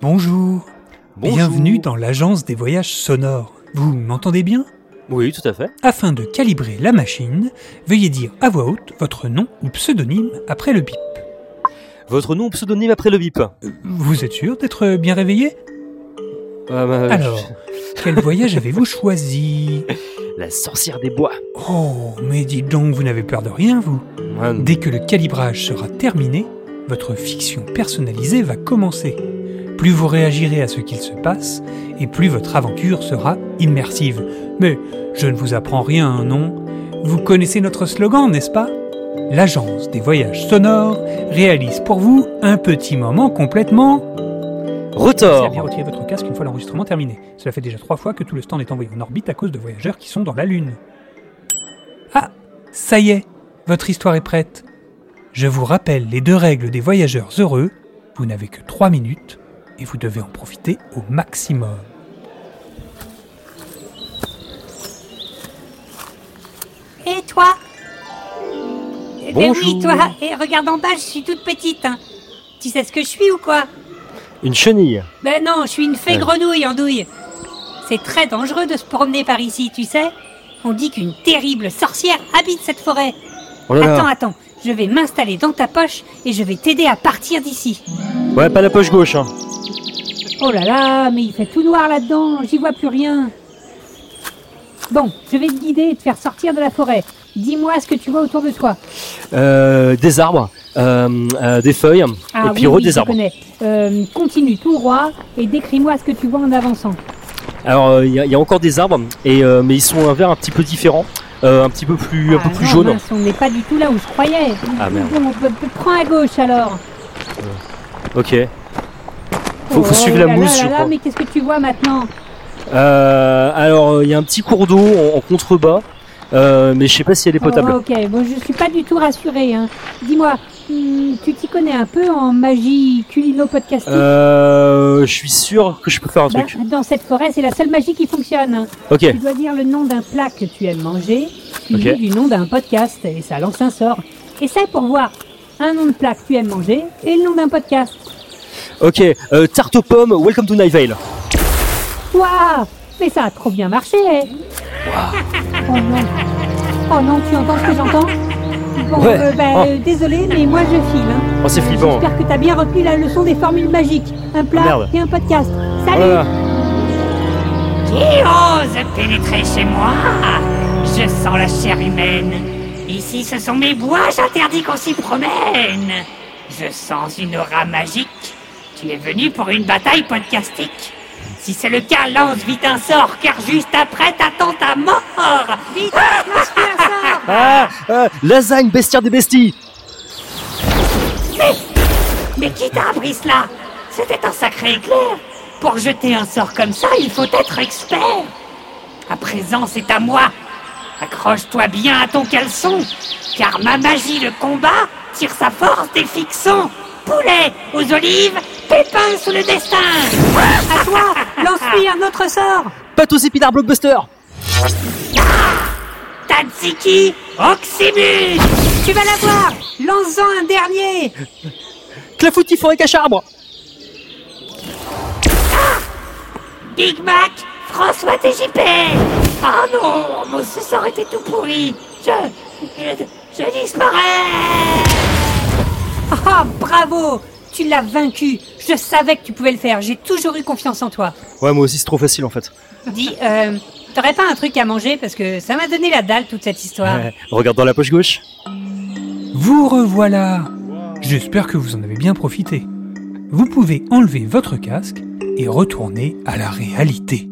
Bonjour. Bonjour. Bienvenue dans l'agence des voyages sonores. Vous m'entendez bien Oui, tout à fait. Afin de calibrer la machine, veuillez dire à voix haute votre nom ou pseudonyme après le bip. Votre nom ou pseudonyme après le bip Euh, Vous êtes sûr d'être bien réveillé Ah Euh, bah, Alors, quel voyage avez-vous choisi La sorcière des bois. Oh, mais dites donc, vous n'avez peur de rien, vous. Ouais, non. Dès que le calibrage sera terminé, votre fiction personnalisée va commencer. Plus vous réagirez à ce qu'il se passe, et plus votre aventure sera immersive. Mais je ne vous apprends rien, non Vous connaissez notre slogan, n'est-ce pas L'agence des voyages sonores réalise pour vous un petit moment complètement... Merci à bien Retors retirer votre casque une fois l'enregistrement terminé. Cela fait déjà trois fois que tout le stand est envoyé en orbite à cause de voyageurs qui sont dans la Lune. Ah, ça y est, votre histoire est prête. Je vous rappelle les deux règles des voyageurs heureux. Vous n'avez que trois minutes et vous devez en profiter au maximum. Et toi Eh ben Bonjour. oui, toi Et regarde en bas, je suis toute petite. hein. Tu sais ce que je suis ou quoi Une chenille. Ben non, je suis une fée Euh. grenouille en douille. C'est très dangereux de se promener par ici, tu sais. On dit qu'une terrible sorcière habite cette forêt. Oh là Attends, là. attends, je vais m'installer dans ta poche et je vais t'aider à partir d'ici. Ouais, pas la poche gauche. Hein. Oh là là, mais il fait tout noir là-dedans, j'y vois plus rien. Bon, je vais te guider et te faire sortir de la forêt. Dis-moi ce que tu vois autour de toi. Euh, des arbres, euh, euh, des feuilles, Ah et oui, puis oui, des je arbres. connais. Euh, continue tout droit et décris-moi ce que tu vois en avançant. Alors, euh, il y, a- il y a encore des arbres, et, euh, mais ils sont un vert un petit peu différent, euh, un petit peu plus, un peu Ah plus non, jaune. mince, on n'est pas du tout là où je croyais. Ah, merde. Bon, p- p- prends à gauche alors. Ok. Faut- faut Oh suivre là la là mousse, là je là, crois. mais qu'est-ce que tu vois maintenant Euh, alors, il y a un petit cours d'eau en, en contrebas, euh, mais je sais pas si elle est potable. Oh, Ok, bon, je suis pas du tout rassurée. hein. Dis-moi, hmm, tu t'y connais un peu en magie culino-podcastique Euh, je suis sûr que je peux faire un Bah, truc. Dans cette forêt, c'est la seule magie qui fonctionne. hein. Ok. Tu dois dire le nom d'un plat que tu aimes manger, suivi Ok. du nom d'un podcast, et ça lance un sort. Essaye pour voir un nom de plat que tu aimes manger et le nom d'un podcast. Ok, euh, tarte aux pommes, welcome to Night Vale. Waouh Mais ça a trop bien marché hein. Oh non Oh non, tu entends ce que j'entends Bon, Ouais. euh, bah, Oh. euh, désolé, mais moi je file. hein. Oh, c'est flippant. J'espère que t'as bien retenu la leçon des formules magiques. Un plat Merde. et un podcast. Oh Salut là là. Qui ose pénétrer chez moi Je sens la chair humaine. Ici, ce sont mes bois, j'interdis qu'on s'y promène. Je sens une aura magique. Tu es venu pour une bataille podcastique. Si c'est le cas, lance vite un sort, car juste après, t'attends ta mort. Ah Vite, lance-lui un sort Ah, ah, lasagne, bestiaire des besties. Mais qui t'a appris cela C'était un sacré éclair. Pour jeter un sort comme ça, il faut être expert. À présent, c'est à moi. Accroche-toi bien à ton caleçon, car ma magie de combat tire sa force des fictions. Poulet aux olives, pépins sous le destin. À toi Lance-lui un autre sort Pâte aux épinards blockbuster. Tatsiki, oxybus. Tu vas l'avoir Lance-en un dernier Clafoutis forêt cache-arbre. Big Mac, François TJP Oh non, mon ce sort était tout pourri Je... je... je disparais Ah, bravo Tu l'as vaincu Je savais que tu pouvais le faire, j'ai toujours eu confiance en toi. Ouais, moi aussi c'est trop facile en fait. Dis, euh, t'aurais pas un truc à manger parce que ça m'a donné la dalle toute cette histoire. Ouais, regarde dans la poche gauche. Vous revoilà J'espère que vous en avez bien profité. Vous pouvez enlever votre casque et retourner à la réalité.